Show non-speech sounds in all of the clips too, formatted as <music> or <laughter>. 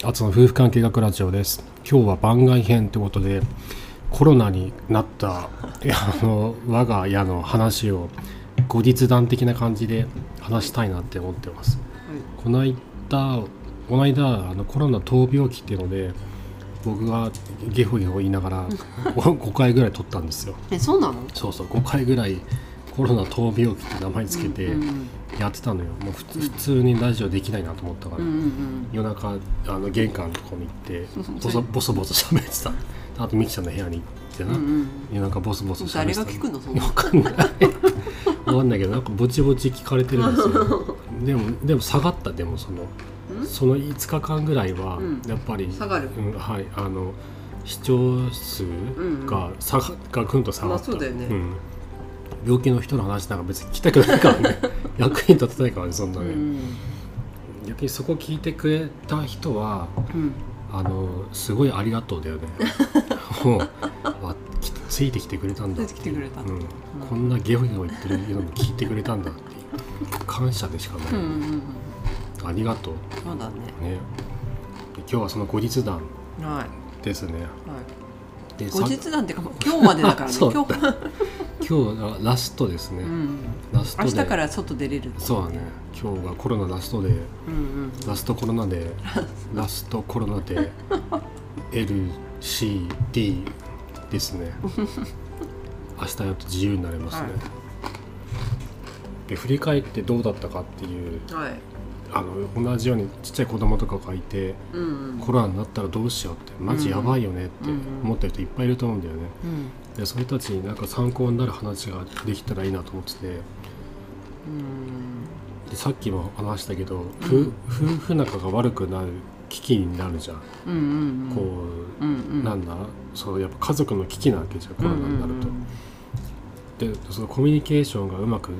達の夫婦関係学ラジオです今日は番外編ということでコロナになったいやあの我が家の話を後日談的な感じで話したいなって思ってます、この間この間あのコロナ闘病期っていうので僕がゲホゲホ言いながら <laughs> 5回ぐらい取ったんですよえそうなのそうそう5回ぐらいコロナ闘病期って名前つけてうんうんやってたのよもう普通普通にラジオできないなと思ったから、うんうん夜中あの玄関のとこに行 <laughs> ってそうそうボソボソボソ喋ってたあとミキちゃんの部屋に行ってうな、んうん夜中ボソボソ喋って誰たが聞くのそんなわかんないわかんないけどなんかぼちぼち聞かれて <laughs> るんですよでもでも下がったでもそのんその5日間ぐらいはうんやっぱり、うん、下がるはいあの視聴数が下が,、がぐんと下がった、まあそうだよねん病気の人の話なんか別に聞きたくないから <laughs> ね役に立たないからねそんなうね、ん逆にそこ聞いてくれた人はうんあのすごいありがとうだ <laughs> よねもうあきついてきてくれたんだっていうついてきてくれたうんこんなゲホゲホ言ってるのも聞いてくれたんだっていう感謝でしかない、うんうんうんありがとうそうだねねで今日はその後日談はですねいはでいさ後日なんていうかもう今日までだから <laughs> ねそう今日今日がラストですね、うんラスト明で日から外出れるそうだね今日がコロナラストでうんうんラストコロナで <laughs> ラストコロナで LCD です <laughs> ね明日やっと自由になれますね、はいで振り返ってどうだったかっていうはいあの同じようにちっちゃい子供とかがいてうんうんコロナになったらどうしようってマジやばいよねって思ってる人いっぱいいると思うんだよね、うんでそういう人たちになんか参考になる話ができたらいいなと思っててうんでさっきも話したけど、ふうん夫婦仲が悪くなる危機になるじゃん、うんうんうんこううんうう、んなんだそうやっぱ家族の危機なわけじゃんコロナになると、うんうんでそのコミュニケーションがうまく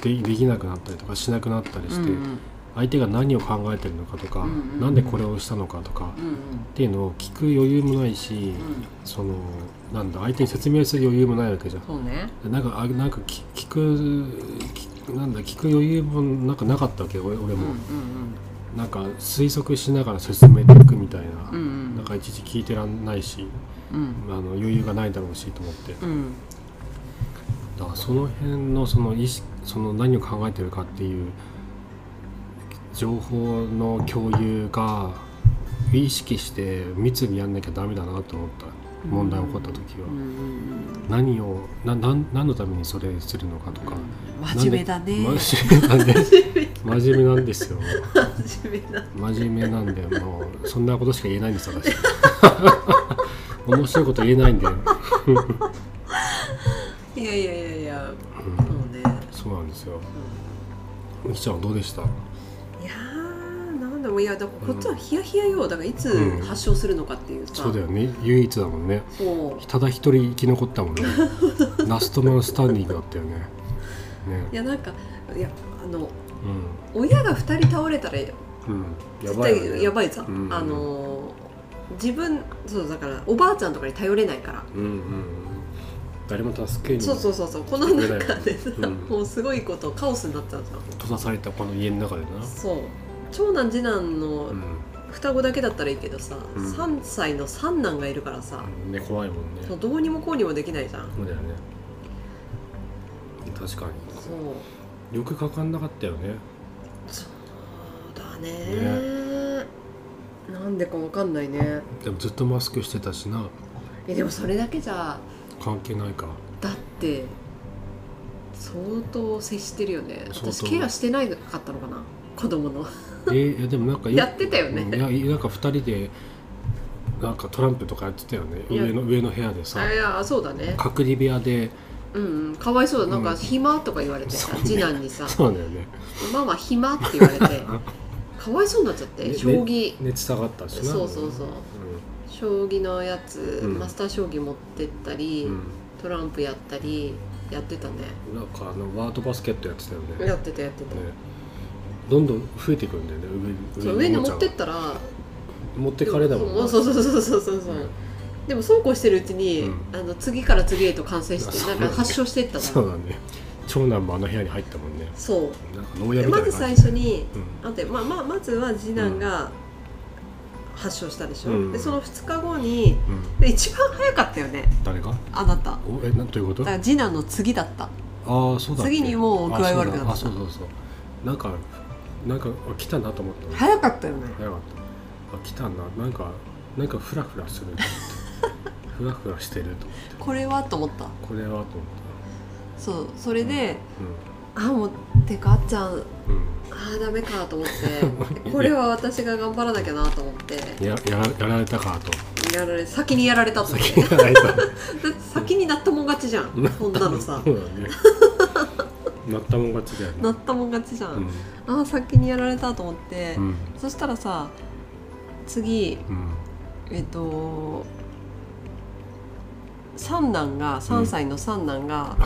でできなくなったりとかしなくなったりして、うん相手が何を考えてるのかとか、うんうんなんでこれをしたのかとか、うんうんっていうのを聞く余裕もないし、うんそのなんだ相手に説明する余裕もないわけじゃんそうねでなんかあなんかき聞くきなんだ聞く余裕もなんかなかったわけよ俺俺うんうも、んなんか推測しながら進めていくみたいな、うんうんなんかいちいち聞いてらんないしうんあの余裕がないだろうしと思ってうんだからその辺のその意識その何を考えてるかっていう情報の共有が意識して密にやんなきゃダメだなと思った問題起こった時は、うんうんうん何をななん何のためにそれするのかとか、真面目だねなんで真面目なんです真面目なんですよ真面目だ真面目なんでもうそんなことしか言えないんです <laughs> 私面白いこと言えないんで、うんいやいやいやいやそうねそうなんですよみきちゃんはどうでしたいやーなんだろういやだからこっちはヒヤヒヤよだからいつ発症するのかっていうさ、そうだよね唯一だもんねそうただ一人生き残った <laughs> もんねラストマンスタンディングだったよねねいやなんかいやあのう親が2人倒れたらん、うん、や絶ばいよ対ねやばいじゃん、うんあの自分そうだからおばあちゃんとかに頼れないから、うんうんうん誰も助けにそうそうそうそうこの中でさ、うんもうすごいことカオスになっちゃうじゃん閉ざされたこの家の中でなそう長男次男のう双子だけだったらいいけどさ、うん3歳の三男がいるからさ、んね怖いもんねそうどうにもこうにもできないじゃんそうだよね確かそうによくかかんなかったよねそうだねなんでかわかんないねでもずっとマスクしてたしなえでもそれだけじゃ関係ないかだって相当接してるよね相当私ケアしてないかったのかな子供のえーいやでもなんかよやってたよねうんいやいなんか二人でなんかトランプとかやってたよねいや上の上の部屋でさあいやそうだね隔離部屋でうん、うん、かわいそうだなんうかん暇とか言われてそさ、うね次男にさそうだよねママ暇って言われ <laughs> てかわいそうになっちゃってね将棋熱下がったしなそうそうそう将棋のやつ、うんマスター将棋持ってったり、うん、トランプやったりやってたねうん、なんかあのワードバスケットやってたよねねやってたやってた、どんどん増えていくんだよね上そう上におもち持ゃっがてったら持ってかれだもんなそうそうそうそうそうそう、うんでもそうこうしてるうちに、うんあの次から次へと感染してそうなんか発症していったのそそううだね長男もあの部屋に入ったもんねなんか牢屋でみたまいなず感最じ初にうんあでまあまあまずは次男が発症したでしょ、うんでその2日後にうん、で一番早かったよね誰があなたおえなんということだから次男の次だったああそうだっけ次にもう具合悪くなったあそうだあそうそうそうなんかなんかあ来たなと思った早かったよね早かったあ来たななんかなんかフラフラ <laughs> すると思ってフラフラしてると思ってこれはと思ったこれはと思っそうそれで、たあもうてかあっちゃんうん、うんあーダメかと <laughs> 思ってこれは私が頑張らなきゃなと思ってややらやられたかとやられ先にやられたと思って先にやられただって <laughs> 先になったもん勝ちじゃんこんなのさそうだねなったもん勝ちだよねなったもん勝ちじゃん、うんああ先にやられたと思って、うんそしたらさ次うんえっと三男が3歳の三男が、は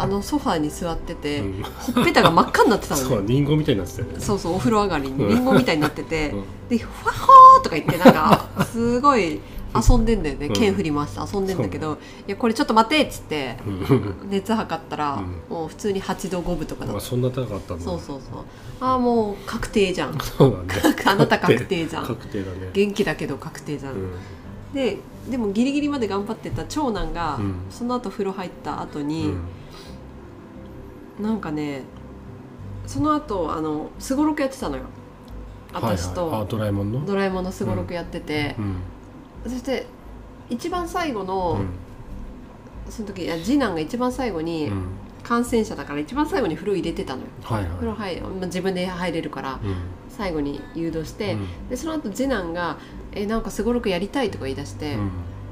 あのソファーに座ってい、て、うん、ほっぺたが真っ赤になってたの <laughs> そねうリンゴみたいになってたよねそうそうお風呂上がりにリンゴみたいになってて、うんで「ファホー!」とか言ってなん <laughs> かすごい遊んでんだよねうん剣振り回して遊んでんだけど「いやこれちょっと待て」っつってうん熱測ったら、うんもう普通に8度5分とかだっまあた、そんな高かったんだそうそうそうああもう確定じゃ <laughs> んそうだ <laughs> ねあなた確定じゃん確定だね元気だけど確定じゃん、うんででもギリギリまで頑張ってた長男が、うんその後風呂入った後うに、んなんかねその後あのすごろくやってたのよ私と、はいはいあドラえもんのドラえもんのすごろくやっててう、んそして一番最後の、うんその時いや次男が一番最後うにん感染者だから一番最後に風呂入れてたのよはいはい風呂入まあ自分で入れるからうん最後に誘導して、うんでその後次男が「えなんかすごろくやりたい」とか言い出して、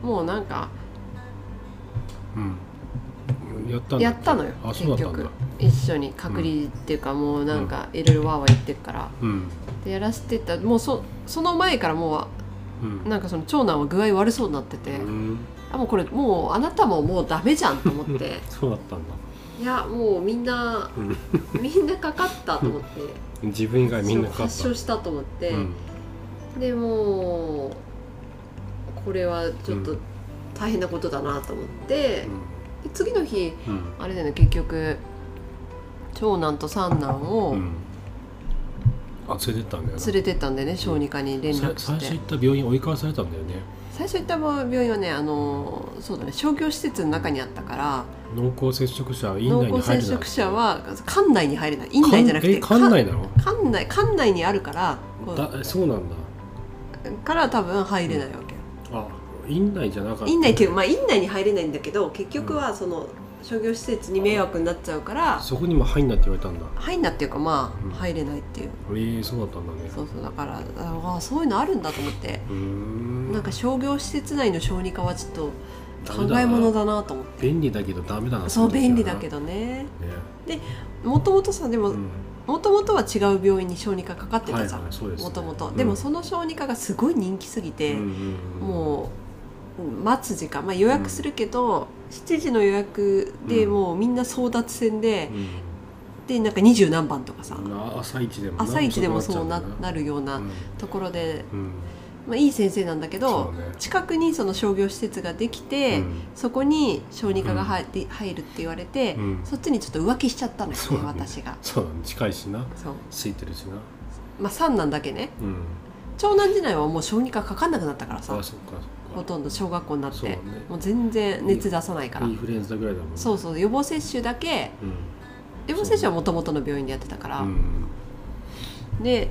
もうなんかうんうんやったんだやったのよあ結そうだったん局だ一緒に隔離っていうか、もうなんかいろいろわーわー言ってるからうんでやらせてたもうそその前からもうんうなんかその長男は具合悪そうになってて、うんあもうこれもうあなたももうダメじゃんと思ってそうだったんだいやもうみんなうんみんなかかったと思って自分以 <laughs> 外みんな勝発った症したと思って、うんでもうこれはちょっうとん大変なことだなと思って、で次の日うんあれだよね結局長男と三男うをんあ連れてったんだよな連れてったんでね小児科に連絡さし最初て行った病院追い返されたんだよね最初行った病院はねあのそうだね商業施設の中にあったから濃厚接触者院濃内に厚入接れない触者は館内に入れない院内じゃなくてえ館内なのか館内館内にあるからこうだえそうなんだから多分入れないわけよあ院内じゃなかった院内っていうまあ院内に入れないんだけど結局はその商業施設に迷惑になっちゃうからそこにも入んなって言われたんだ入んなっていうかまうんあ入れないっていうえー、そうだったんだねそうそうだからああそういうのあるんだと思ってうーんなんか商業施設内の小児科はちょっとダメだ考なえ物だなと思って便利だけどダメだなそう便利だけどどねねもともとさでうもんもともとは違う病院に小児科かかってたじゃはいんはいそうですねもともとうんでもその小児科がすごい人気すぎて、ももう待つ時間、まあ、予約するけど、7時の予約でうんもうみんな争奪戦でう、んでなんか二十何番とかさ、な朝一でもな朝一でもそうな遅くなっるようちゃうなんだところで、うんうんまあ、いい先生なんだけそど、うね近くにその商業施設ができて、うんそこに小児科が入って、入るって言われて、うんそっちにちょっと浮気しちゃったのよ、そうだね私が。そうだね近いしなそうついてるしなまあ、三男だけねうん長男時代はもう小児科かかんなくなったからさあそっかそほっとんど小学校になっそうて、だねもう全然熱出さないかからインフルエンザぐらいだもんねそうそう予防接種だけうん予防接種はもともとの病院でやってたから、うんで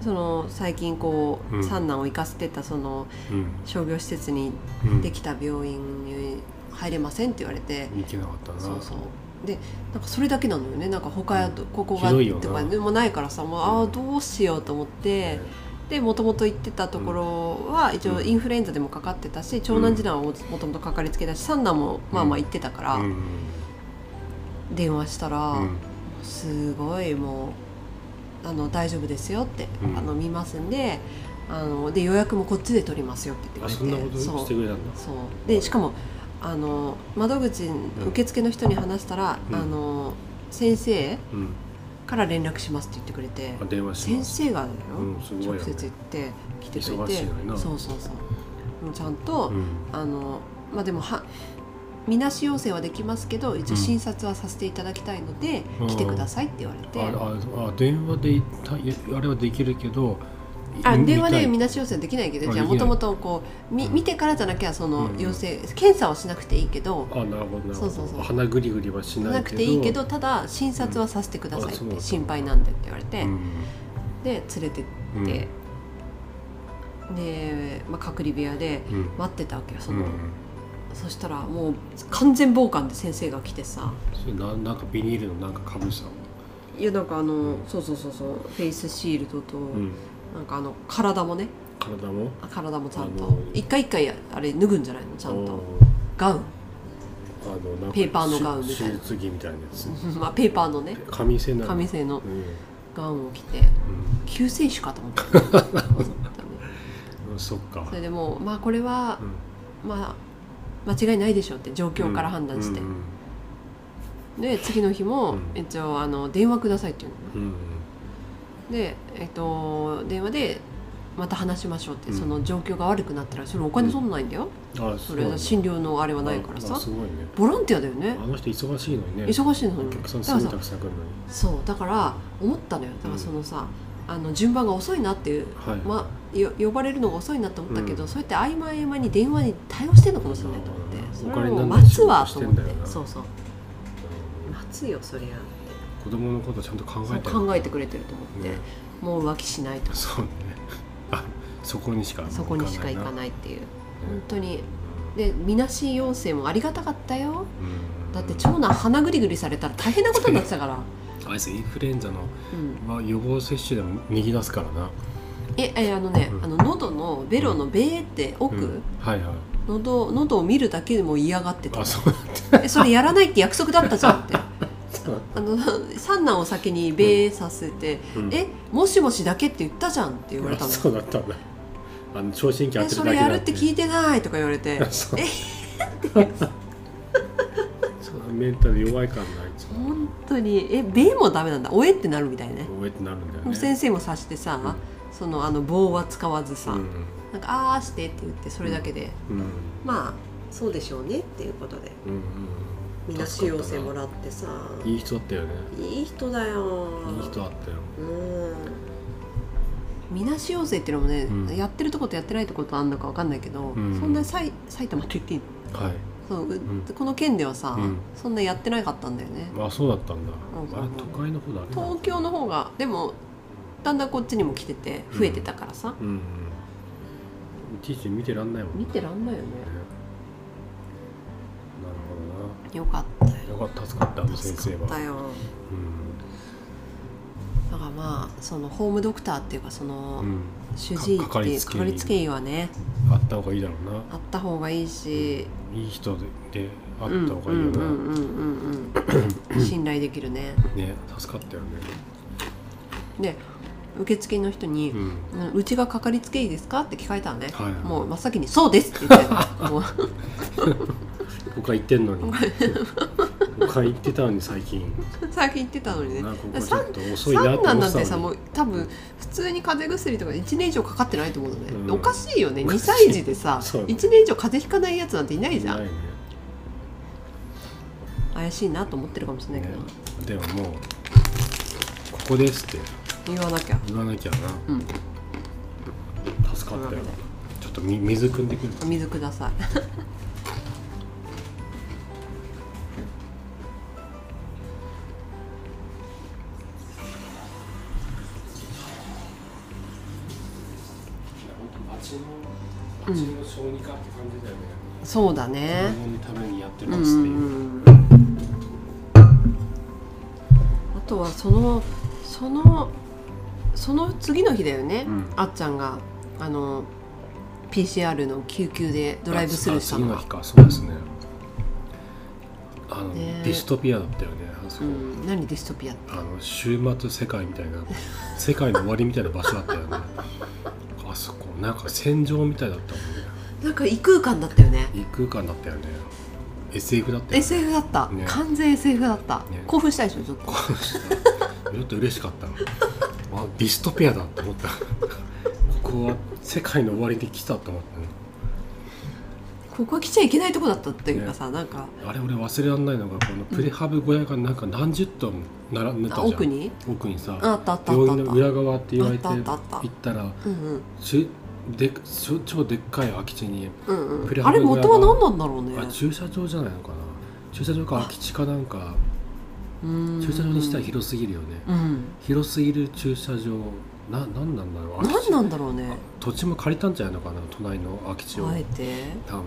その最近こう、うん三男を行かせてたそのうん商業施設にうんできた病院に入れませんって言われて、行けなかったなそうそうでなんかそれだけなのよねなんか他やと、ここひがどいよなとかでもないからさもうああどうしようと思ってね。でもともと行ってたところは一応インフルエンザでもかかってたし長男次男はもともとかかりつけだし三男もまあまあ行ってたから、うん電話したら、うんすごいもうあの大丈夫ですよって、うんあの見ますんであので予約もこっちで取りますよって言あってそくんれなてことそうしてくれたんだそうでしかもあの窓口受付の人に話したら、うんあの先生うんから連絡しますって言ってくれて、あ電話しま先す生がだよ、うんすごいよね直接行って来てくれ忙していのになそうそうそうもうちゃんと、うんあのまあでもはみなし陽性はできますけど一応診察はさせていただきたいので、うん来てくださいって言われて、あああ電話でいったいやあれはできるけどあ電話で見みなし陽性できないけどあじゃあでもきなといもとこうみ見てからじゃなきゃそのうん陽性、検査はしなくていいけどあなるほどなるほどそうそうそう鼻ぐりぐりはししないけどなくていいけどただ診察はさせてくだうさいっんあそうて心配なんでって言われて、うんで連れてっうんて、で、まあ、隔離部屋でうん待ってたわけよそうんの、そしたらもう完全防寒で先生が来てさそれななんかビニールのなんかかぶさいやなんかあの、うんそうそうそうそうフェイスシールドと、うんなんかあの体もね体もあ体もちゃんあとの一回一回あれ脱ぐんじゃないのちゃんおーとガウンあのなんかペーパーのガウンみたい手な術着みたいなやつ <laughs> まあ、ペーパーのね紙製なの紙製のうんガウンを着てう救世主かと思 <laughs> ったんうんそっかそれでもうまあこれはう、んまあ、間違いないでしょうって状況から判断して、うんで次の日うも、ん一応あの電話くださいっていうのねうんうんで、えっと、電話でまた話しましょうって、うんその状況が悪くなったらそれお金そんなないんだよ、あそそれ診療のあれはないからあさすごいねボランティアだよねあの人忙しいのにね忙しいのおに客さんだかすぐらさたくさん来るのにそうだから思ったのよだからそのさ、あの順番が遅いなっていうはいまあ、よ呼ばれるのが遅いなと思ったけど、うんそうやって合間合間に電話に対応してるのかもしれないと思って、うんそれおは金もうになる待つわと思っ仕事してんだよてなそうそううん待つよそりゃ子供のことちゃんと考そうえて考えてくれてると思って、ねもう浮気しないとそうねあそこにしかそこにしか行かいないっていうな本当にうでみなし陽性もありがたかったよんだって長男鼻ぐりぐりされたら大変なことになってたから、あれですインフルエンザのうん、まあ予防接種でも逃げ出すからなええあのね、うんあの喉のベロのベーって奥、うんはいはい喉喉を見るだけでも嫌がってたあそうえそれやらないって約束だったじゃんって <laughs> そうあの三男を先に米させて、うんえもしもしだけって言ったじゃんって言われたあのそうだったんだあの聴診器当えてそるだれけだやるって聞いてないとか言われてそう <laughs> そうメンタル弱いからなあいつ本当にえ米もダメなんだおえってなるみたいね覚えてなるんだよでもね先生もさしてさ、そのあの棒は使わずさ、うんなんか「あーして」って言ってそれだけで、うんまあそうでしょうねっていうことでうんうんみなし陽性もららってさいい人だったよねいい人だよいい人だったようんみなし陽性っていうのもね、うんやってるとことやってないとことあんのかわかんないけど、んそんなさい埼玉って言っていいのはいそう、うんこの県ではさ、うんそんなやってなかったんだよね、あそうだったんだうんそうあれ都会の方だね東京の方がでもだんだんこっちにも来てて増えてたからさ、うんうんいちいち見てらんないもんね見てらんないよねなるほよかったよどなよかった助かったあの先生助かったはようんだからまあそのホームドクターっていうかその、うん主治医ってかかりいうつけ医かかりつけ医はねあった方がいいだろうなあった方がいいし、いい人でであうっん、た方がいいようんなうんうんうんう <laughs> ん信頼できるねね助かったよねで受付の人に、うんうんうちがかかりつけ医ですかって聞かれたのね、はいはいもう真っ先に「そうです」って言って <laughs> もう僕は行ってん <laughs> のに僕は行ってたのに最近最近言ってたのにねなんかここちょ三っと遅いなっ三て男思なっんててさたものうに多分普通に風邪薬とか1年以上かかってないと思うのね、うんおかしいよねおかしい2歳児でさ <laughs> そう1年以上風邪ひかないやつなんていないじゃいんね怪しいなと思ってるかもしれないけど、ねでももうここですって言わなきゃ言わなきゃな、うん助かったよそうだねちょっとみ水汲んでくるお水ください <laughs> 町の町の小児科って感じだよね、そうだね子供のためにやってうまんすっていうう、んうんあとはそのそのその次の日だよね、うんあっちゃんがあの PCR の救急でドライブスルーしたのあ次のが日かそうですねあの、ねディストピアだったよねあそこ、うん、何ディストピアってあの終末世界みたいな世界の終わりみたいな場所だったよ <laughs> ねあそこなんか戦場みたいだったもんねなんか異空間だったよね異空間だったよね SF だったよね SF だった、ね完全 SF だった、ね興奮したでしょちょっと <laughs> ちょっと嬉しかったのあディストピアだと思ったここは世界の終わりに来たと思ったここは来ちゃいけないとこだったっていうかさ、なんかあれ俺忘れられないのがこのプレハブ小屋がなんか何十トン並んでたじゃんあ奥に奥にさあったあったあっ病た院あったの裏側って言われてあっ行たあったあったったらうんちでちょ超でっかい空き地に、うんうんプうレんハあブれ小屋が元は何なんだろうねあ駐車場じゃないのかな駐車場か空き地かなんか駐駐車場にしたら広すぎるよね、うん広すぎる駐車場な何なんだろう空き何地なんだろうね土地も借りたんじゃないのかな隣の空き地をあえて多分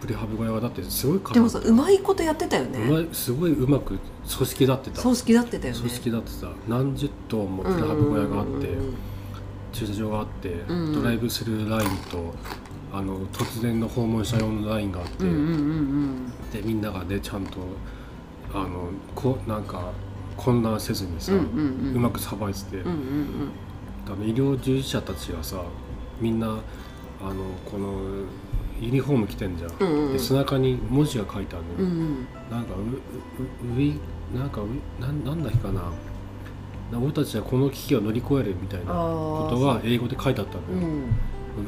プレハブ小屋はだってすごいかでもさうまいことやってたようまねいすごいうまく組織立ってた葬式だってたよね組織だってさ何十棟もプレハブ小屋があってうん駐車場があってんうんドライブスルーラインとあの突然の訪問者用のラインがあって、うんうんうんでみんながねちゃんとあのこなんか混乱せずにさ、うんうんうんうまくさばいてて、うんうんうんあの医療従事者たちがさみんなあのこのユニフォーム着てんじゃん、うんうんうんで背中に文字が書いてあるのよ、うんうんなんかうううウィなんかウィなんなんだっけかなな俺たちはこの危機を乗り越えるみたいなことが英語で書いてあったうのよ。ん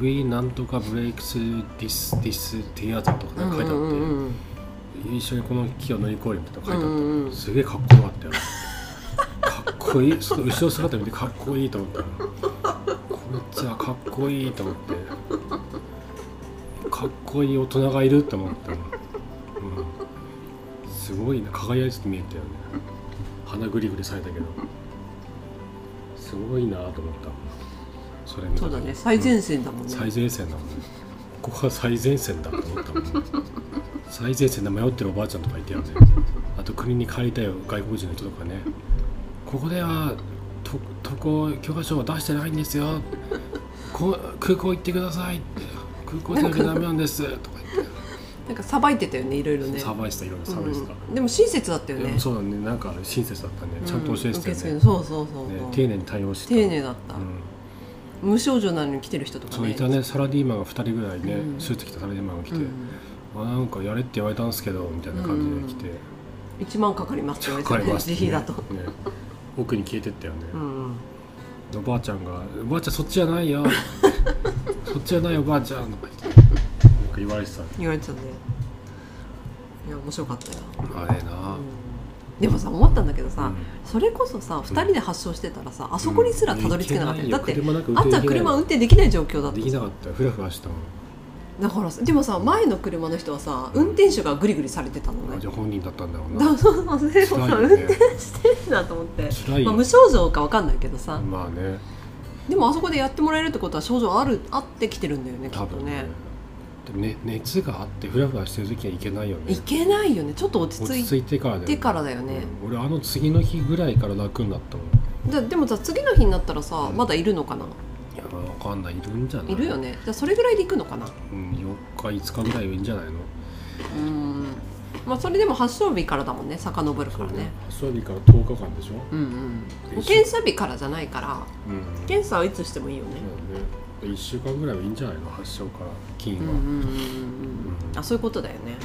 We なんとか breaks this this tear とかなんか書いてあって、うんうんうん一緒にこの危機を乗り越えるみたいなの書いてあったの、うんうんすげえかっこよかったよかっこいいその後ろ姿見てかっこいいと思ったよこいつはかっこいいと思ってかっこいい大人がいると思ったよ、うん、すごいな輝いてて見えたよね鼻ぐりぐりされたけどすごいなと思ったそれ見たそ時うだね最前線だもんね最前線だもんねここは最前線だと思ったもんね最前線で迷ってるおばあちゃんとかいたよねあと国に帰りたい外国人の人とかねここではと渡航許可証を出してないんですよこ空港行ってくださいって空港じゃなきゃダメなんですとか言っなんかさばいてたよねいろいろてねサーバイスたいろいろサーバイスた、うんでも親切だったよいねやそうだねなんか親切だったねちゃんと教えてたうん受付よのね,、そうそうそうねそう丁寧に対応してた丁寧だったうん無症状なのに来てる人とかねそういたねサラリーマンが2人ぐらいね、うんスーツ着たサラリーマンが来うて、んあなんかやれって言われたんですけどみたいな感じで来て、 1万かかりますって言われかかりてねます <laughs> 自費だとね奥に消えてったよねう、んおばあちゃんが「おばあちゃんそっちじゃない <laughs> よそっちじゃないよおばあちゃん」とか言ってなんか言われてた言われてたねいや面白かったよあれな、でもさ思ったんだけどうさんそれこそさ2人で発症してたらさあそこにすらたどり着けなかったようんだって行けないよあっちは車運転できない状況だったでじゃきんなかったよふらふらしたもんだからさでもさ前の車の人はさ運転手がグリグリされてたのあねじゃあ本人だったんだろうだなそうそうでも辛いさよ運ね転してるなと思って、辛いよまあ、無症状かわかんないけどさまあねでもあそこでやってもらえるってことは症状あるあってきてるんだよねき多っと分ねねでもね熱があってふらふらしてる時はいけないよねいけないよねちょっと落ち落着ちい着いてからだよてからだよね、うん俺あの次の日ぐらいから楽になったもんじゃでもさ次の日になったらさ、うんまだいるのかないやわかんないいるんじゃないいるよねじゃあそれぐらいで行くのかなうん、4日5日ぐらいはいいんじゃないのうんまあそれでも発症日からだもんね遡るからね発症日から10日間でしょうんうでんし検査日からじゃないからうん、そう検査はいつしてもいいよねだねで1週間ぐらいはいいんじゃないの発症から金うんは、うんうんうんうんあそういうことだよね、ね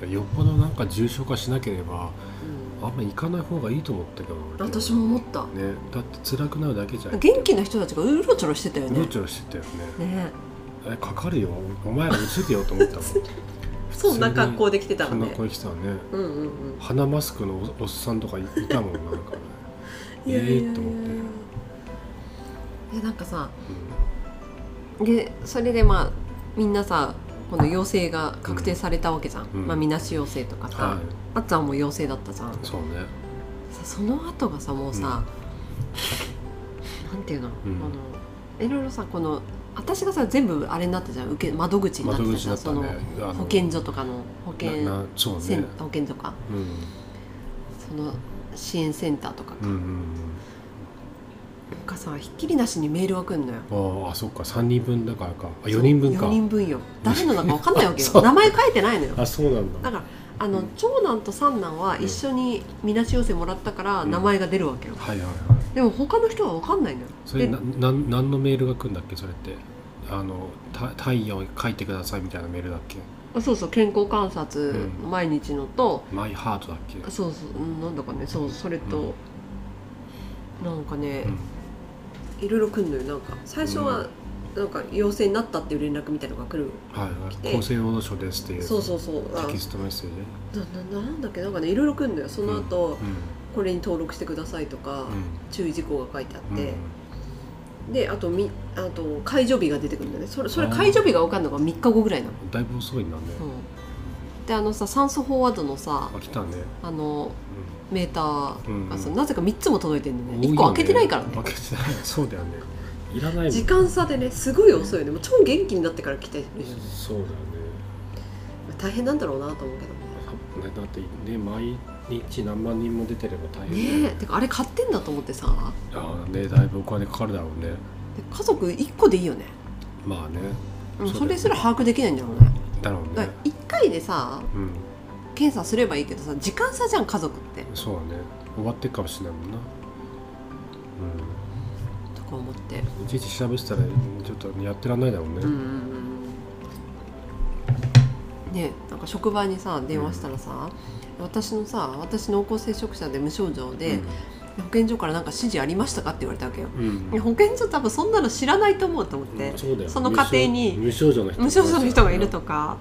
でよっぽどなんか重症化しなければうあんま行かない方がいいと思ったけどん、俺私も思ったねだって辛くなるだけじゃん元気な人たちがうろちょろしてたようろねちょろしてたよねねえかかるよお前らうつるよと思ったもん <laughs> そんな格好でで来てたそのんなね声来たわねうんうんうん鼻マスクのおおっさんとかいいたもんなんかねいやいやいやいえやえと思って、うんいやなんかさでそれでまあみんなさこの陽性が確定されたわけじゃん、うんまあ、みなし陽性とかさ、はあっちゃんも陽性だったじゃんさいそうねその後がさもうさ、なんていうの,、うんあのいろいろさこの私がさ全部あれになったじゃん受け窓口になっ窓てた口じだゃんったそのねあの保健所とかの保健ななそうセねン、保健所かうその支援センターとかん、うか、んなんかさひっきりなしにメールは来んのようんうんああそっか3人分だからかあ4人分か4人分よ誰のだか分かんないわ <laughs> けそよう名前書いてないのよあそうなんだだからあの長男と三男は一緒にみなし陽性もらったからうん名前が出るわけよ、はいはいはいでも他の人は分かんないのよそれでななん何のメールが来るんだっけそれってあのた体温書いてくださいみたいなメールだっけあそうそう健康観察う毎日のと、マイハートだっけそうそううんなんだかねそうそれと、なんかねうんいろいろ来んのよなんか最初はなんか陽性になったっていう連絡みたいのが来るはい来はてい、厚生労働省ですっていうそうそうそうあテキストメッセージねなななんだっけなんかねいろいろ来るのよその後、これに登録してくださいとか、う注意事項が書いてあっんうんうんて、であとみあと解除日が出てくるんだよねそれそれ解除日が分かるのが3日後ぐらいなの、だいぶ遅いんだね、うん、であのさ酸素飽和度のさあ来たね、あのメーターうんがさ、なぜか3つも届いてるんだ多よいねよ1個開けてないからね開けてないそうだよねいらないもん時間差でねすごい遅いよねもう超元気になってから来てるじゃんそうだよね大変なんだろうなと思うけどねだってね毎日何万人も出てれば大変だよねえてかあれ買ってんだと思ってさああねだいぶお金かかるだろうねで家族1個でいいよねまあねうんそうだよそれすら把握できないんだろうねだろうだねから1回でさうん検査すればいいけどさ時間差じゃん家族ってそうだね終わってっかもしれないもんなとか思ってうんいちいち調べてたらちょっとやってらんないだろうね、うんうんうんねなんか職場にさ電話したらさ、私のさ私濃厚接触者で無症状で、保健所からなんか指示ありましたかって言われたわけよ、うん、うんいや保健所多分そんなの知らないと思うと思って、うんそうだよその家庭に無症無症状の人無症状の人がいるとか、か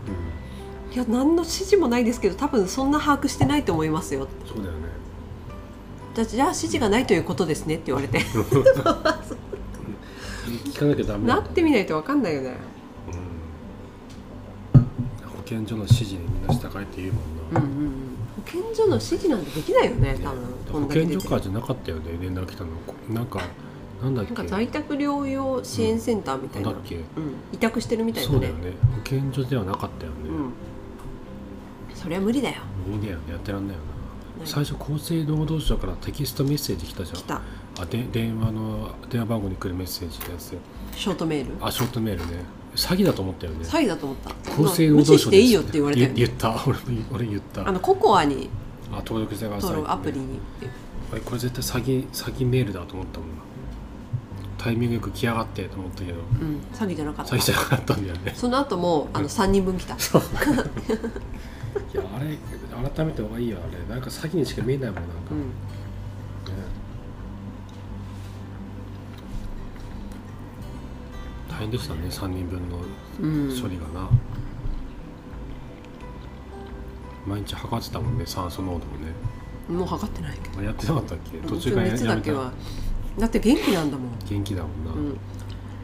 ういや何の指示もないですけど多分そんな把握してないと思いますよん、そうだよねじゃあじゃあ指示がないということですねって言われて聞かなきゃダメなだってみないと分かんないよねうん、保健所の指示にみんな従えって言うもんうんうな、んうん保健所の指示なんてできないよねね多分こん保だけ健出所てからじゃなかったよね連絡来たのなんかなんだっなけんか在宅療養支援センターみたいな、なうんんだっけ委託してるみたいなそうだねよね保健所ではなかったよね、うんそりゃ無理だよ無理だよねやってらんないよなない最初厚生労働省からテキストメッセージ来たじゃん来たあで電話の電話番号に来るメッセージってやつでショートメールあショートメールね詐欺だと思ったよね詐欺だと思った厚生労無働省視していいよって言われたよ、言ね、言った <laughs> 俺も俺言ったあのココアにあ登録してくださいって登ね録アプリにってあれこれ絶対詐欺詐欺メールだと思ったもんなタイミングよく来やがってと思ったけどうん詐欺じゃなかっ詐た欺じゃなかったんだよねその後もあうんの3人分来た、いやあれ改めた方がいいよあれなんか詐欺にしか見えないもんなんか、うねん、大変でしたね3人分のうん、処理がな、毎日測ってたもんね酸素濃度もねもう測ってないけどあれやってなかったっけ途中からや熱だめけたはだって元気なんだもん、元気だもんな、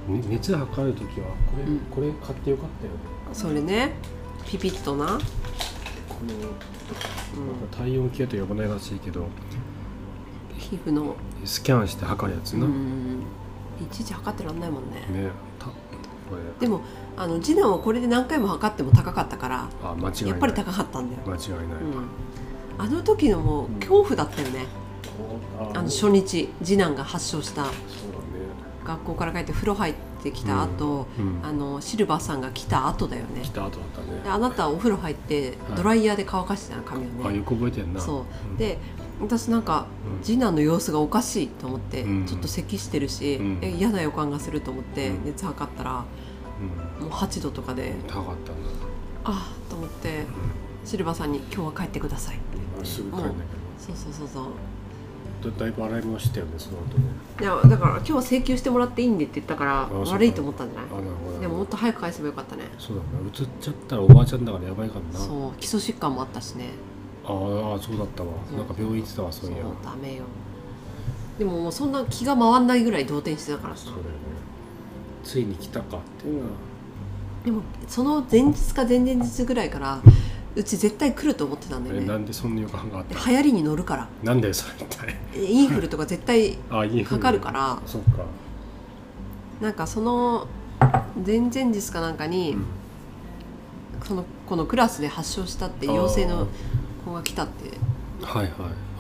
うん、ね熱測るときはこれ、うんこれ買ってよかったよねそれねピピッとな、うん、この体温計と呼ばないらしいけど皮膚のスキャンして測るやつうな、ねんいちいち測ってらんないもんねたこれでもあの次男はこれで何回も測っても高かったからあ間違いないやっぱり高かったんだよ、間違いない、うん、あの時のもう恐怖だったよね、ああの初日次男が発症したそう学校から帰って風呂入ってきだねた後、うんあのシルバーさんが来た後だよね来た後だったねであなたはお風呂入ってはいドライヤーで乾かしてたの髪をね、あよく覚えてんなそんうで私なんかうん次男の様子がおかしいと思って、うんちょっと咳してるし、うんえ嫌な予感がすると思ってうん熱測ったらうんもう8度とかで高かったんだ、ああと思ってシルバーさんに「今日は帰ってください」ってうん、すぐ帰んなきゃそうそうそうそうだだいぶ洗い物してたよねその後ねいやだから「今日は請求してもらっていいんで」って言ったからそうか悪いと思ったんじゃあななるほどいでももっと早く返せばよかったねそうだな映っちゃったらおばあちゃんだからやばいからなそう基礎疾患もあったしねああそうだったわそうなんか病院行ってたわそそうういやダメよでももうそんな気が回んないぐらい動転してたからそさうだよねついに来たかっていうな、でもその前日か前々日ぐらいからうち絶対来ると思ってたんだよえなねんでそんな予感があっ流た行りに乗るからなんだよそれ一体インフルとか絶対あいいふうかにかるからそうか、なんかその前々日かなんかに、うんそのこのクラスで発症したって陽性の子が来たってはいはい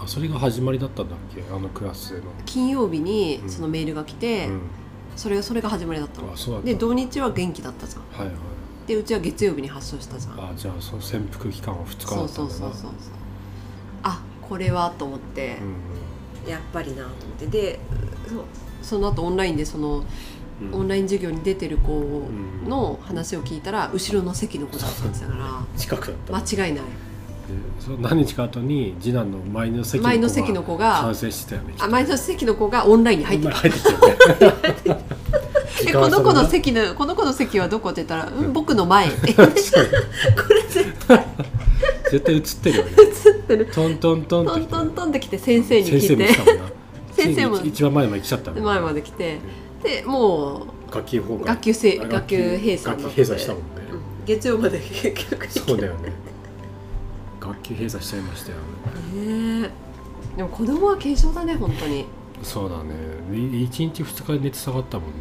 あそれが始まりだったんだっけあのクラスの、金曜日にうんそのメールが来て、うん、それがそれが始まりだったのあそうだったで土日は元気だったじゃんはいはいでうちは月曜日に発症したじゃんあじゃあその潜伏期間は2日だそうったそんうだなそうそうそうあこれはと思って、やっぱりなと思ってでそうその後オンラインでそのうんうんオンライン授業に出てる子んの話を聞いたら後ろの席の子だったんだか近くだったらで間違いないその何日か後に次男の前の席の子が前の席の子が感染してたよねきっと <laughs> あ前の席の子がオンラインに入って今た入ってきたよねえこの子の席席のこの子の席はどこって言ったら、ううんん、僕の <laughs> 前って映これ絶対映ってるよねってるトントントントってントントンって来て先生に先生も来て来たもんな先生もついに一番前まで来ちゃったもん前まで来てでも学級崩う壊学級制あ学級閉鎖学級になって閉鎖したもんね、うん月曜まで結局行けそうだよね学級閉鎖しちゃいましたよねえでも子供は軽症だね本当にそうだねで1日2日で熱下がったもんね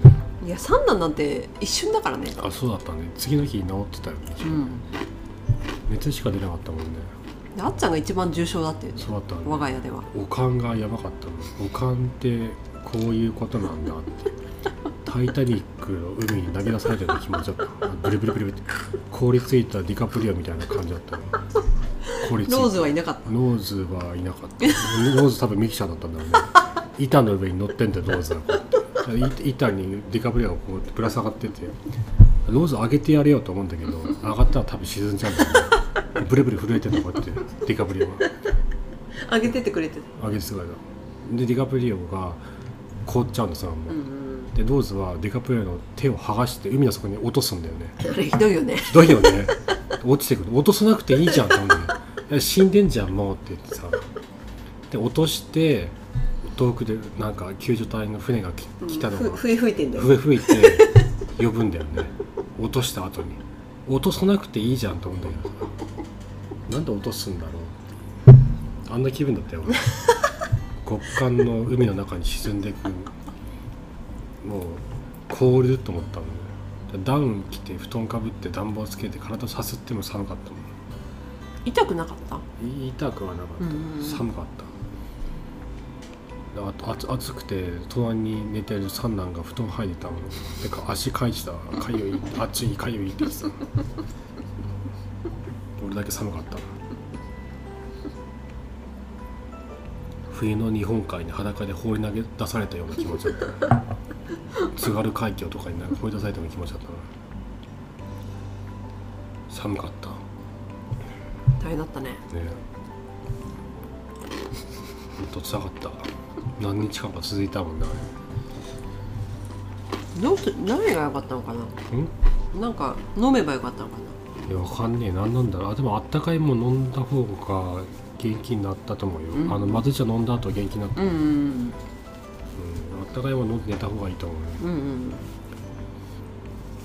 いや三段なんて一瞬だからねあそうだったね次の日治ってたよね、うん熱しか出なかったもんねであっちゃんが一番重症だっていうねそうだったね我が家ではおかんがやばかったのおかんってこういうことなんだって「タイタニック」の海に投げ出されてる気持ちだったブリブリブリブリ凍りついたディカプリオみたいな感じだったの凍りついたローズはいなかったノーズはいなかったノーズ多分ミキシャーだったんだろう <laughs> ね板の上に乗ってんだよノーズがい板にディカプリオがこうぶら下がっててノーズ上げてやれよと思うんだけど上がったら多分沈んじゃうんだよねブレブレ震えてんのこうやってディカプリオが。あげてってくれてた上げてすごいなでディカプリオが凍っちゃうんですよもうう、んでローズはディカプリオの手を剥がして海の底に落とすんだよねうんあれひどいよねひどいよね落ちてくる落とさなくていいじゃんって思うんだよいや死んでんじゃんもうって言ってさで落として遠くでなんか救助隊の船がき来たのふが笛吹いてんだよ笛吹いて呼ぶんだよね <laughs> 落とした後に落とさなくていいじゃんと思うんだけどさなんで落とすんだろうあんな気分だった <laughs> よ俺極寒の海の中に沈んでいくもう凍ると思ったもんねダウン着て布団かぶって暖房つけて体さすっても寒かったもん痛くなかったい痛くはなかった、うんうんうん寒かったあとあつ暑くて隣に寝てる三男が布団入ってたも <laughs> んてか足かいてたかゆい暑いかゆいって言ってた <laughs> 俺だけ寒かったな冬の日本海に裸で放り投げ出されたような気持ちだった <laughs> な津軽海峡とかになんか放り出されたような気持ちだったな寒かった大変だったねねほんとつらかった何日間か続いたもんなあどうす何が良かったのかれんななんか飲めばよかったのかいやわかんねえ何なんだろうあでもあったかいもん飲んだ方が元気になったと思うよ、うんあのまずい茶飲んだ後は元気になった、なうんうんうんあったかいもん飲んで寝た方がいいと思うようんうん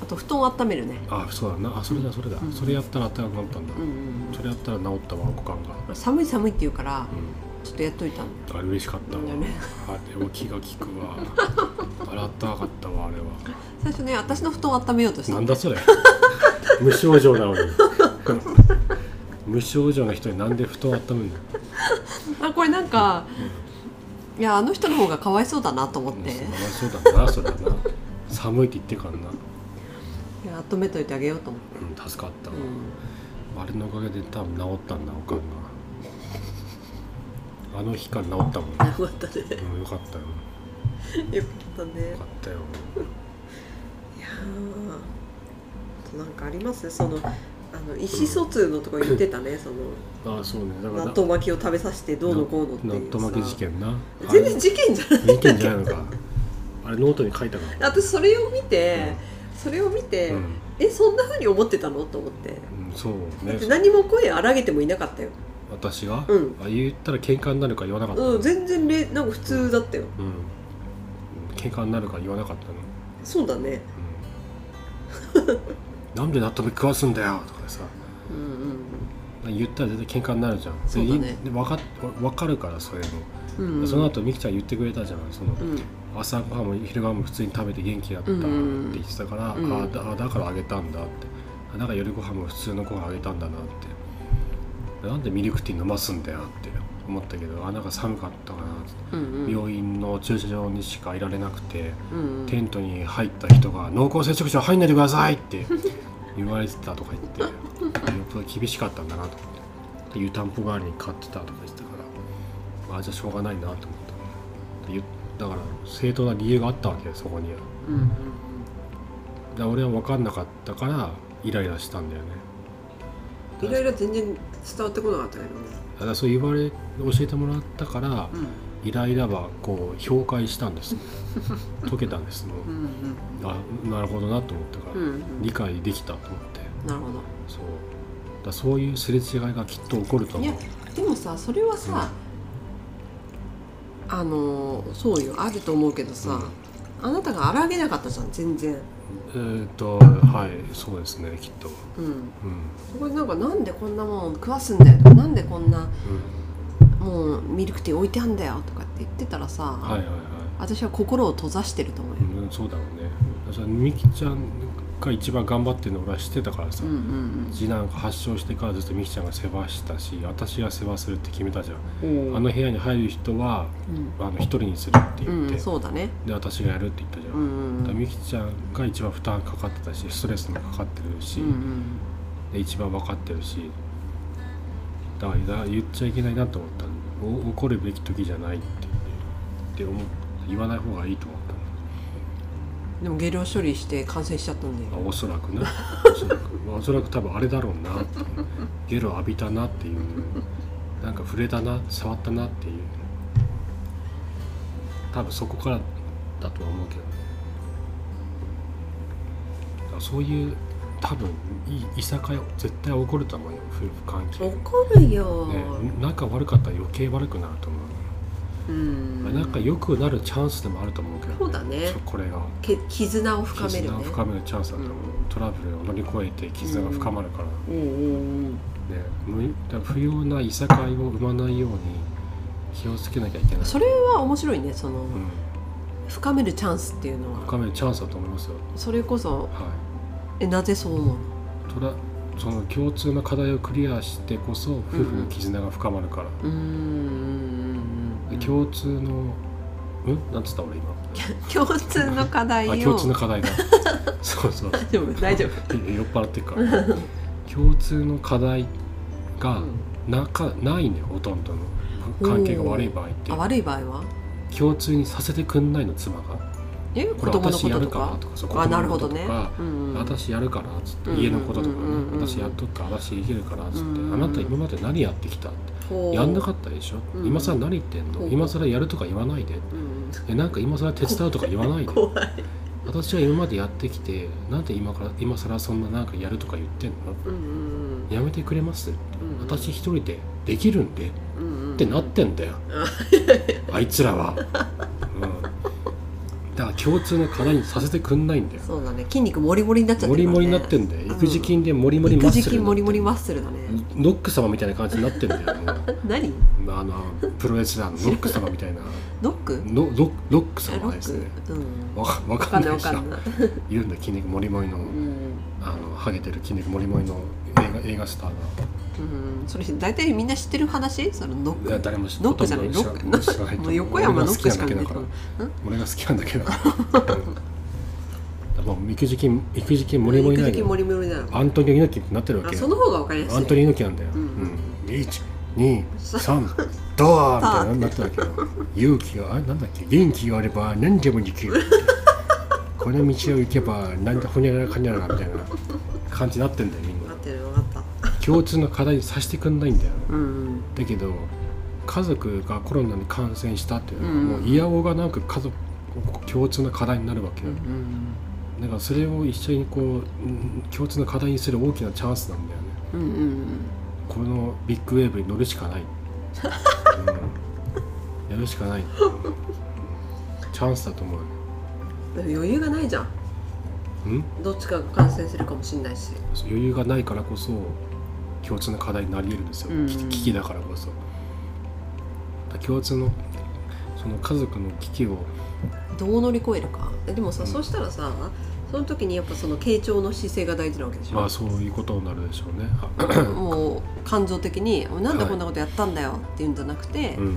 あと布団温めるねあそうだなあそれだそれだ、うんそれやったらあったかくなったんだ、うんうんそれやったら治ったわ股間がうん寒い寒いって言うからうちょっとやっといたんだんあれ嬉しかったわ、だよねあでも気が利くわあれあったかかったわあれは最初ね私の布団を温めようとしたなのんだそ <laughs> れ無症状なのに無症状の人になんで布団温めるのあこれなんかいやあの人の方がかわいそうだなと思っていそうだなそれはな寒いって言ってるからな、や温めといてあげようと思っうん、助かったて、わ、うあれのおかげで多分治ったんだおかんがあの日から治ったもん、ん、よかったねうん、よかったよよかったねよかったよいやーあとなんかありますそのあの意思疎通のとこ言ってたねそのああそうねだから納豆巻きを食べさせてどうのこうのって納いうさ豆負け事件な全然事件じゃあれ事件じゃないのかあれノートに書いたかない私それを見て、それを見て、ら、うんえそんな風に思ってたのと思ってうん、そうだねって何も声荒げてもいなかったよ、私が、うんあ言ったら喧嘩になるから言わなかったのうん、全然れなんか普通だったようん喧嘩になるから言わなかったの、そうだね <laughs> うん、なんで納豆食わすんだよとかさうん言ったら絶対喧嘩になるじゃんそうだねでで分か分かるからそれも、うんうんうんその後みきちゃん言ってくれたじゃんその、うん朝ごはんも昼ごはんも普通に食べて元気だったって言ってたから、うんうんあだあだからあげたんだってあだから夜ご飯も普通のご飯あげたんだなってなんでミルクティー飲ますんだよって思ったけどあなんか寒かったかなってうんうん病院の駐車場にしかいられなくて、うんうんテントに入った人が「濃厚接触者は入んないでください!」って <laughs> 言われてたとか言ってよっぽど厳しかったんだなと思って湯たんぽ代わりに買ってたとか言ってたからあじゃあしょうがないなと思ったでゆだから正当な理由があったわけよそこにはうんうんで俺は分かんなかったからイライラしたんだよねうんいろいろ全然伝わってこなかったけどねだからそう言われ教えてもらったからうんイライラはこう氷解したんです <laughs> 溶けたんですもううんあなるほどなと思ったから、うんうん理解できたと思ってなるほどそうだからそういうすれ違いがきっと起こるとい思やうでもさそれはさ、あのーそうよあると思うけどさ、あなたが荒げなかったじゃん全然えーっとはいそうですねきっとうんうんそこでなんかなんでこんなもん食わすんだよとかなんでこんなもうミルクティー置いてあんだよとかって言ってたらさ、うんはいはいはい、私は心を閉ざしてると思うよ、うん、そうだろうねそれみきちゃんが一番頑張ってるの俺は知ってたからさ、うんうん次男が発症してからずっとみきちゃんが世話したし私が世話するって決めたじゃん、うんあの部屋に入る人はうんあの一人にするって言っうて、んそうだねで私がやるって言ったじゃん、うんうだんうからんみきちゃんが一番負担かかってたしストレスもかかってるし、うんうんで一番分かってるしだからだ言っちゃいけないなと思ったのお怒るべき時じゃないって言ってで思った言わない方がいいと思ったのでも下痢を処理して感染しちゃったんだよおそらくねおそらく,、まあ、おそらく多分あれだろうなっていうゲロ浴びたなっていうなんか触れたな触ったなっていう多分そこからだとは思うけどねだからそういう多分いいさかい絶対起こると思うよ夫婦関係、ね、怒るよ、仲悪かったら余計悪くなると思う、うん仲良くなるチャンスでもあると思うけど、そうだねそこれが。け絆を深める絆よをね深めるチャンスだと思う、うトラブルを乗り越えて絆が深まるから、うんうんうんねむだから不要ないさかいを生まないように気をつけなきゃいけない、それは面白いねその、う深めるチャンスっていうのん、は深めるチャンスだと思いますよそれこそはえなぜそう思うのいトラその共通の課題をクリアしてこそ夫婦の絆が深まるから、うーんで共通のうんなんつった俺 <laughs> 今共通の課題をあ共通の課 <laughs> 題だそうそう大丈夫大丈 <laughs> 夫いや酔っ払ってるから共通の課題がなかないねほとんどの関係が悪い場合ってあ悪い場合は共通にさせてくんないの妻がえこ子れ供のこ私やとるとからかとかそう子あな供るのことほどとねか、うんうん私やるからっつって、うん家のこととか、ねうんうんうん私やっとくから私できるからっつって、うんあなた今まで何やってきたって、ほうやんなかったでしょ、うん今更何言ってんの、ほう今更やるとか言わないでうんえなんか今更手伝うとか言わないで <laughs> 怖い私は今までやってきてなんで今から今更そんななんかやるとか言ってんのうんうんやめてくれますうん私一人でできるんでっってなってんだよ、あいつらは、うん、だから共通の課題にさせてくんないんだよそうだね筋肉モリモリになっちゃってモリモリになってるんだよ育児筋でモリモリマッ育ス児ル筋になモってんリモだリよマッスルだねノック様みたいな感じになってんだよもう何あのプロレスラーのノック様みたいなノックノロロックあロ様ですねックうんわわかわかかんんなないいでしわかょんないいるんだよ筋肉モリモリのうんあのハゲてる筋肉モリモリの映画映画スターがうんそれ大体みんな知ってる話そのノいやック誰も知ノックじゃないほとんど知ら知らないと思もうう横山ノックしか俺見が好きなだてこないから俺が好きなんだけど <laughs> うんもう育児筋育児筋モリモリな育い児筋モリモリなのアントニオ猪木ってなってるわあけよその方がわかりやすいアントニオ猪木なんだよ。うんうん、一、二、三、ドアみたいなのになったわけよ。勇気があなんだっけ元気があれば何でもできる。 <laughs> この道を行けばなんだほにゃららかにゃららみたいな感じになってんだよみん <laughs> ななっ。てる分かっ共通の課題にさせてくんないんだよ。たうんだけど家族がコロナに感染したっていうのは、うんもういやおがなく家族共通の課題になるわけうよ。んだからそれを一緒にこううん共通の課題にする大きなチャンスなんだよね。うんうんこのビッグウェーブに乗るし <laughs> かない、うんやるしかないチャンスだと思うでも余裕がないじゃんうんどっちかが感染するかもしれないし余裕がないからこそ共通の課題になり得るんですよ、うんき危機だからこそだから共通のその家族の危機をどう乗り越えるかえでもさ、うんそうしたらさその時にやっぱその傾聴の姿勢が大事なわけでしょ、まあそういうことになるでしょうね、もう感情的に「なんでこんなことやったんだよ」っていうんじゃなくて、うん、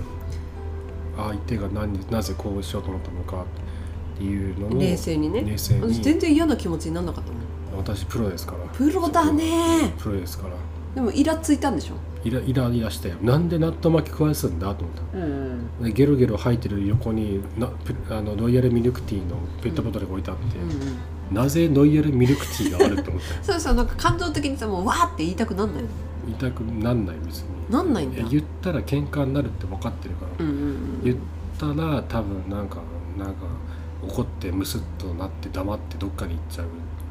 相手が何なぜこうしようと思ったのかっていうのを冷静にね冷静私に全然嫌な気持ちにならなかったもん私プロですからプロだねプロですからでもイラついたんでしょイライライラしてなんで納豆巻き加えすんだと思っうんたでゲロゲロ吐いてる横になプあのロイヤルミルクティーのペットボトルが置いてあって、うんうんなぜロイヤルミルクティーがあると思ったそうそうなんか感情的にさもうわーって言いたくなんないの言いたくなんない別になんないんだいや言ったら喧嘩になるって分かってるから、うんうんうん言っったら多分なんかなんか怒ってムスッとなって黙ってどっかに行っちゃう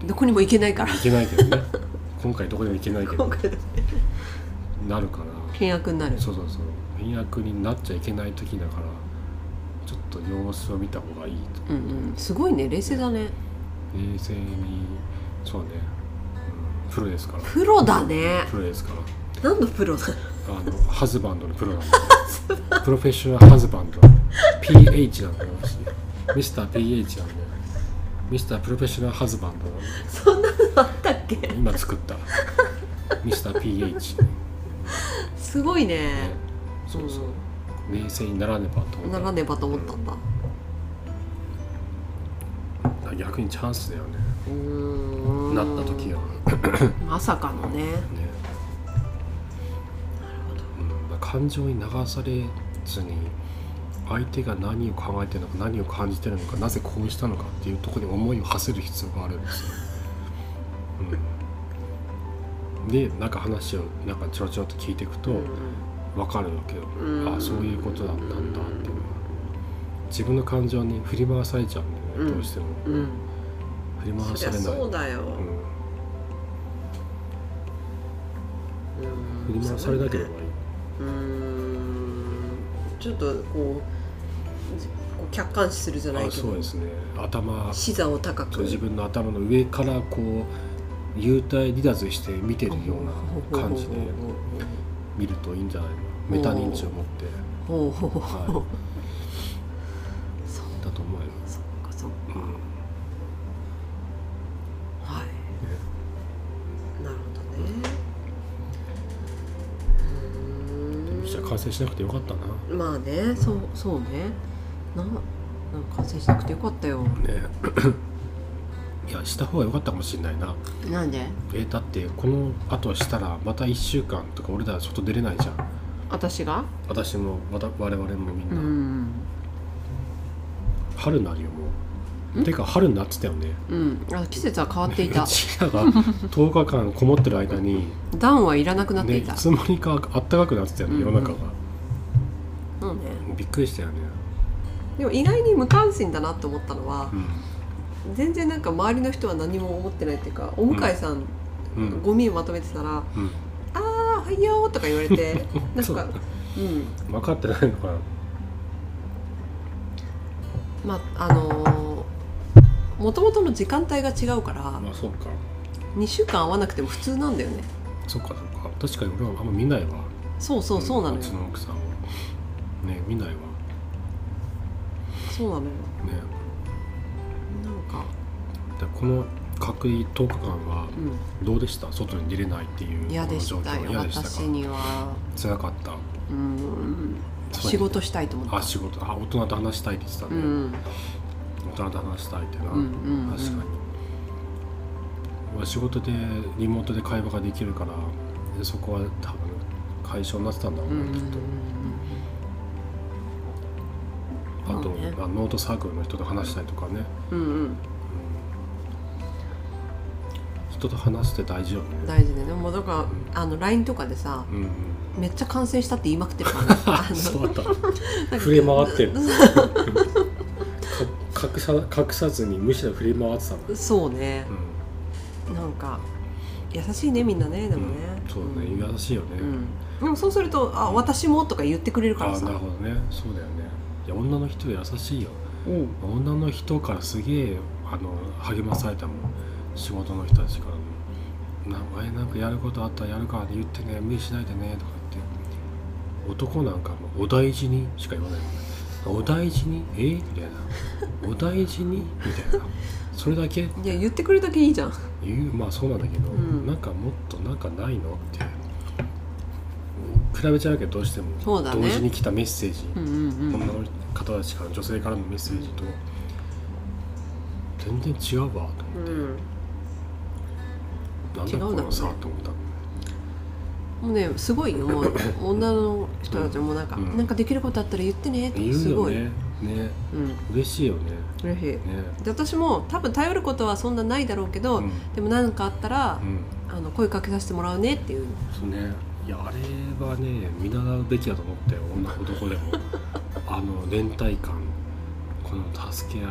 どこにも行けないから行けないけ <laughs> どね今回どこでも行けないけ今ど回だなるから倹約になるそうそうそう変役になっちゃいけない時だからちょっと様子を見た方がいいとうんうんすごいね冷静だね冷静にそうね、うん、プロですからプロだねプロですから何のプロだあのハズバンドのプロなん <laughs> だプロフェッショナルハズバンド PH なんだよ私ミスター PH なんだよミスタープロフェッショナルハズバンドなんだよそんなのあったっけ今作ったミスター PH すごいねそうそう冷静にならねばと思なっらねばと思ったんだた逆にチャンスだよねうーんなった時はまさかのねねうんまあ感情に流されずに相手が何を考えてるのか何を感じてるのかなぜこうしたのかっていうところに思いを馳せる必要があるん <laughs> ですよ。うん、でなんか話をなんかちょろちょろっと聞いていくと分かるわけよ、うんああそういうことだったんだっていうのが自分の感情に振り回されちゃうんだよねどうしてもうん、うん、振り回そさりれゃない。そうだよ、うんうん振り回されなければいい。うーんちょっとこうじこう客観視するじゃなあいけそうどですね。頭視座を高そうく自分の頭の上からこう幽体離脱して見てるような感じで見るといいんじゃないのメタ認知を持って、ほうほうほうほうはほうい、だと思うよ、そっかそっかうはいなるほどねん、うじゃーあ完成しなくてよかったなねんまあねそうそうねななんか完成しなくてよかったよいやした方がよかったかもしれないななんでえだってこの後したらまた1週間とか俺ら外出れないじゃん私が私もまた我々もみんうな、ん春になるよもうてか春になってたよねうんあ季節は変わっていうたちらが10日間こもってる間に暖はいらなくなってね、いいた、つの間にかあったかくなってたよね、うん世の中がそうねびっくりしたよね、でも意外に無関心だなと思ったのはう、ん全然なんか周りの人は何も思ってないっていうかお向かいさん、うんゴミをまとめてたらうん、 「あーはいよ」とか言わ <laughs> れてなんそうかうん分かってないのかなまああのもともとの時間帯が違うからまあそうか2週間会わなくても普通なんだよねそうかそうか確かに俺はあんま見ないわそうそうそうなのうよちの奥さんをね見ないわそうなのよねなんかでこの隔離10日間はうどうでした外に出れないっていうん嫌でしたこのよ状況嫌でしたか私にはつらかったうんそう仕事したいと思ったあ仕事あ大人と話したいって言ってたうね、ん大人と話したいってな、うんうんうん確かに俺仕事でリモートで会話ができるからでそこは多分解消になってたんだろううんうな、んうんきっとあと、そうねまあノートサークルの人と話したりとかね、うんうんうん人と話して大丈夫ね大事でねもうだからあの LINE とかでさ、うんうんめっちゃ感染したって言いまくってるからねあのそうだった触れ回ってるか隠さ隠さずにむしろ触れ回ってたの、そうねう、んなんか優しいねみんなねでもね、うんそうだね優しいよね、うん、うんでもそうすると「あ私も」とか言ってくれるかあらあさなるほどねそうだよねいや女の人優しいようん女の人からすげえあの励まされたもん仕事の人たちからなお前なんかやることあったらやるから言ってね無理しないでねとか言って男なんかもうお大事にしか言わないもんねお大事にえみたいなお大事にみたいなそれだけいや言ってくれるだけいいじゃん言うまあそうなんだけど、うんなんかもっとなんかないのって比べちゃうけどどうしてもそうだね同時に来たメッセージ、うんうんう女んの方たちから女性からのメッセージと全然違うわと思うんって、違なうんんだこだろうねのさと思ったもうねすごいよもう女の人たちもなんか、うんなんかできることあったら言ってねって言うすよごいねねうん嬉しいよね嬉しいねで私も多分頼ることはそんなないだろうけど、うんでも何かあったら、うんあの声かけさせてもらうねっていう <laughs> そうねいやあれはね見習うべきだと思ったよ女男でもあの連帯感この助け合い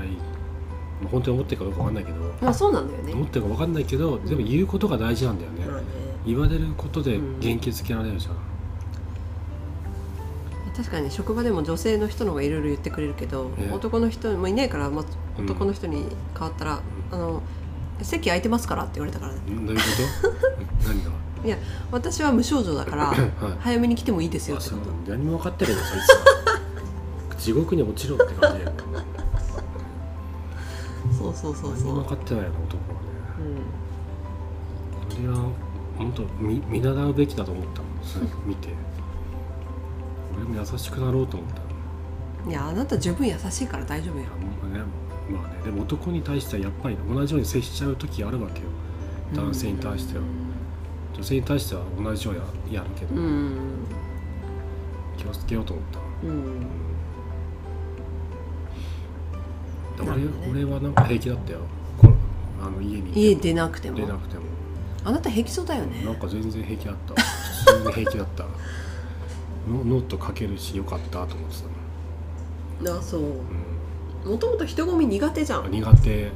まあ本当に思ってるかどうかわかんないけどまあそうなんだよね。思ってるかわかんないけどでも言うことが大事なんだよね、まあね言われることで元気づけられるじゃん、確かに職場でも女性の人の方がいろいろ言ってくれるけど、ね男の人もいないから、まあ、うん男の人に変わったら「あの席空いてますから」って言われたからねんどういうこと <laughs> 何が「私は無症状だ <coughs> からはい早めに来てもいいですよ」あってそこうなとんだ何も分かってるのそいつ <laughs> は地獄に落ちろって感じだよそうそうそう何そう、もうん分かってないよね男はねこれは本当見見習うべきだと思ったもんそれ見て俺も優しくなろうと思ったいやあなた十分優しいから大丈夫よあ、んまねまあねでも男に対してはやっぱり同じように接しちゃう時あるわけよ男性に対しては、女性に対しては同じようにやるけど、うん気をつけようと思ったうん俺なるほどね俺はなんか平気だったよこあの家にいて家出なくて出なもくてもあなた平気そうだよねなんか全然平気だった普通に平気だった <laughs> ノノート書けるしよかったと思ってたの、あそうもともと人混み苦手じゃうんん、苦手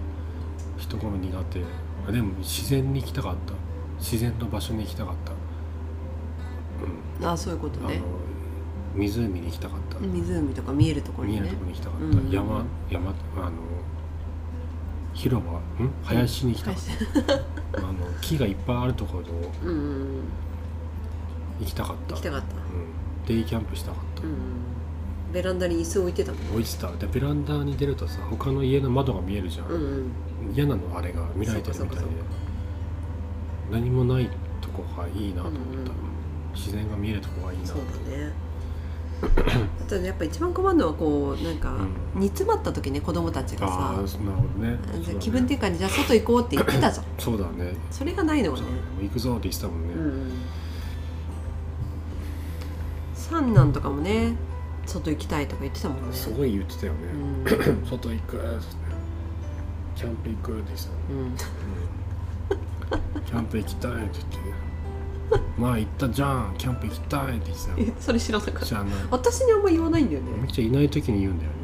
人混み苦手あでも自然に行きたかった自然の場所に行きたかった、うんあそういうことあねの湖に行きたかった、湖とか見えるところ見えにるねところに行きたかった、うん山山あの広場ん林に行きたかった、あの木がいっぱいあるところをうんうん行きたかった行きたかったうん、デイキャンプしたかった、うんベランダに椅子置いてたもんね置いてたでベランダに出るとさ他の家の窓が見えるじゃん、うんうん嫌なのあれが見られてるみたいそうかそでうか何もないとこがいいなと思った、うんうん自然が見えるとこがいいなとそう思っだ <coughs> ねあとねやっぱ一番困るのはこうなんかうん煮詰まった時ね子供たちたがああさーなるほどねあそうだね気分転換にじゃあ外行こうって言って <coughs> たじゃんそうだねそれがないのがそうねだねもう行くぞって言ってたもんね、うんうん三男とかもね外行きたいとか言ってたもんねすごい言ってたよね、うん外行くっつってキャンプ行くって言ってたうん <laughs> うんキャンプ行きたいって言ってまあ行ったじゃんキャンプ行きたいって言ってたよえそれ知らなかったじゃあな私にあんま言わないんだよねみきちゃんいない時に言うんだよね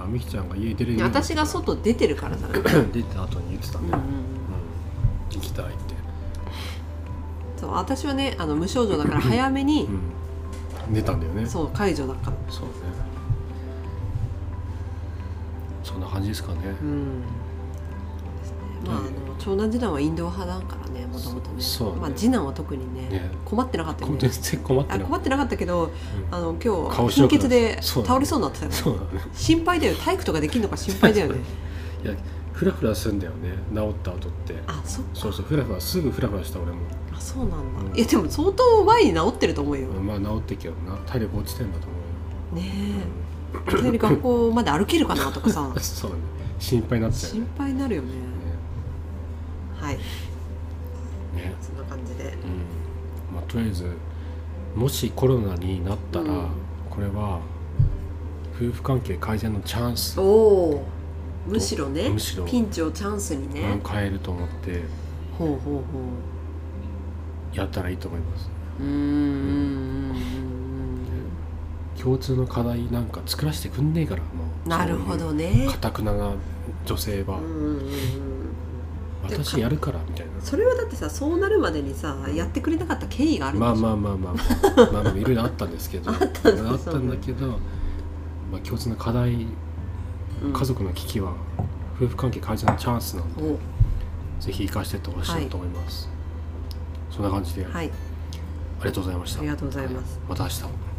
あみきちゃんが家出れいるや私が外出てるからだから、出た後に言ってたうねんん、ううんん行きたいって、そう私はねあの無症状だから早めにうん、寝たんだよねそう解除だからそうねそんな感じですかね、うんですねまああの長男次男はインドア派だからねもともとねそそうねまあ、次男は特にねね困ってなかったよ本ね当に全然困ってあない困ってなかったけどうんあの今顔日白貧くなった血でそうだね倒れそうになってたよ、ね、そうだね心配だよ体育とかできるのか心配だよねいやフラフラするんだよね治った後ってあそっかそうそうフラフラすぐフラフラした俺もあそうなんだ、うんいやでも相当前に治ってると思うよ、まあ治ってきよな体力落ちてんだと思うよ、ねうえいきなり学校まで歩けるかなとかさん <laughs> そうね心配になっちゃうよ心配になるよねはいねねそんな感じでうんまあ、とりあえずもしコロナになったら、うんこれは夫婦関係改善のチャンスおおむしろねむしろピンチをチャンスにね、変えると思ってほうほうほやったらいいと思いますううーん共通の課題なんか作らせてくんねえからもうなるほどねかたくなな女性は、うんうんうん私やるからみたいなそれはだってさそうなるまでにさやってくれなかった経緯があるんでましょあまあまあまあまあ、まあまあ、いろいろあったんですけどあったんだんだけど、まあ、共通の課題うん家族の危機は夫婦関係改善のチャンスなんで、ほぜひ生かしてってほしいなと思います、そんな感じで、うはいありがとうございましたありがとうございますはいまた明日はい